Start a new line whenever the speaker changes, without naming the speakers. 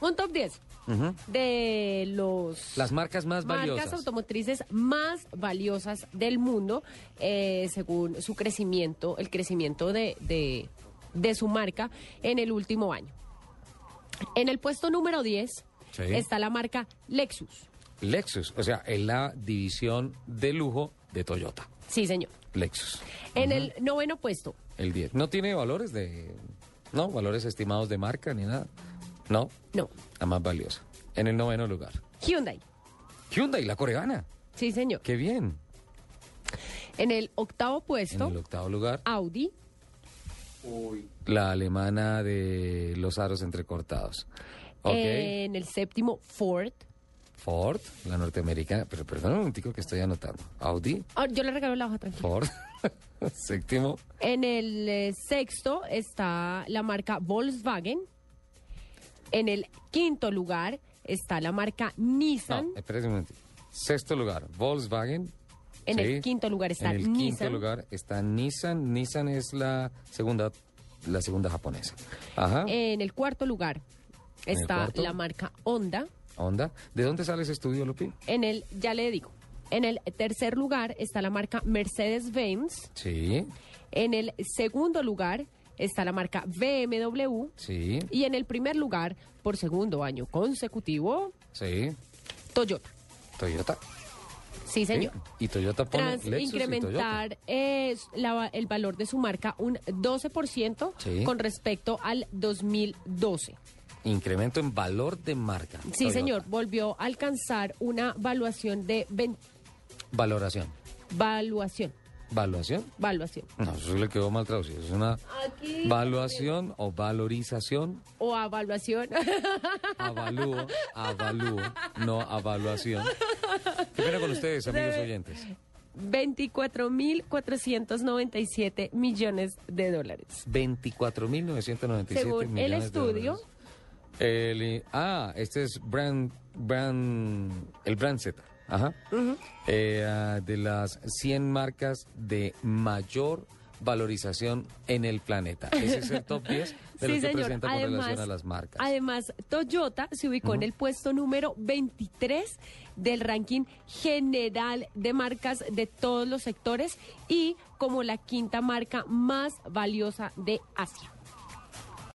Un top 10 de los
Las marcas más
marcas
valiosas.
automotrices más valiosas del mundo eh, según su crecimiento, el crecimiento de, de, de su marca en el último año. En el puesto número 10
Sí.
está la marca Lexus.
Lexus, o sea, es la división de lujo de Toyota.
Sí, señor.
Lexus,
En el noveno puesto,
el 10. No tiene valores de. No, valores estimados de marca ni nada. No,
no,
la más valiosa. En el noveno lugar.
Hyundai.
Hyundai, la coreana.
Sí, señor.
Qué bien.
En el octavo puesto,
En el octavo lugar,
Audi.
la alemana de los aros entrecortados. Ok.
En el séptimo, Ford.
Ford, la norteamericana. Pero perdón un momentico que estoy anotando. Audi,
Ah, yo le regalo la hoja, tranquilo.
Ford. Séptimo,
En el eh, sexto está la marca Volkswagen. En el quinto lugar está la marca Nissan.
No, espérese un momento. Sexto lugar, Volkswagen.
En el quinto lugar está
En el quinto
Nissan.
lugar está Nissan. Nissan es la segunda, la segunda japonesa. Ajá.
En el cuarto lugar
Ah. ¿En el
está
cuarto?
la marca Honda.
Honda. ¿De dónde sale ese estudio, Lupi?
En el, ya le digo, en el tercer lugar está la marca Mercedes-Benz.
Sí,
En el segundo lugar está la marca BMW.
sí,
Y en el primer lugar, por segundo año consecutivo,
sí.
Toyota.
Toyota.
Sí,
sí.
señor.
Y Toyota pone
tras
Lexus y Toyota.
incrementar eh, la- el valor de su marca un 12%
Sí.
con respecto al 2012.
Incremento en valor de marca.
Sí,
Toyota.
señor, volvió a alcanzar una valuación de 20
Valoración.
valuación,
¿Valuación?
valuación
No, eso le quedó mal traducido. Es una
Aquí-
valuación o valorización
o a evaluación.
Avalúo, avalúo, no avaluación. Qué pena con ustedes, amigos
Debe-
oyentes.
24.497 millones de dólares.
24.997
Según el
millones de
estudio,
dólares. El, eh, ah, este es Brand, Brand, el Brand Z. Ajá. Eh, ah, de las 100 marcas de mayor valorización en el planeta. Ese es el top 10 de lo que presenta con relación a las marcas.
Además, Toyota se ubicó en el puesto número 23 del ranking general de marcas de todos los sectores y como la quinta marca más valiosa de Asia.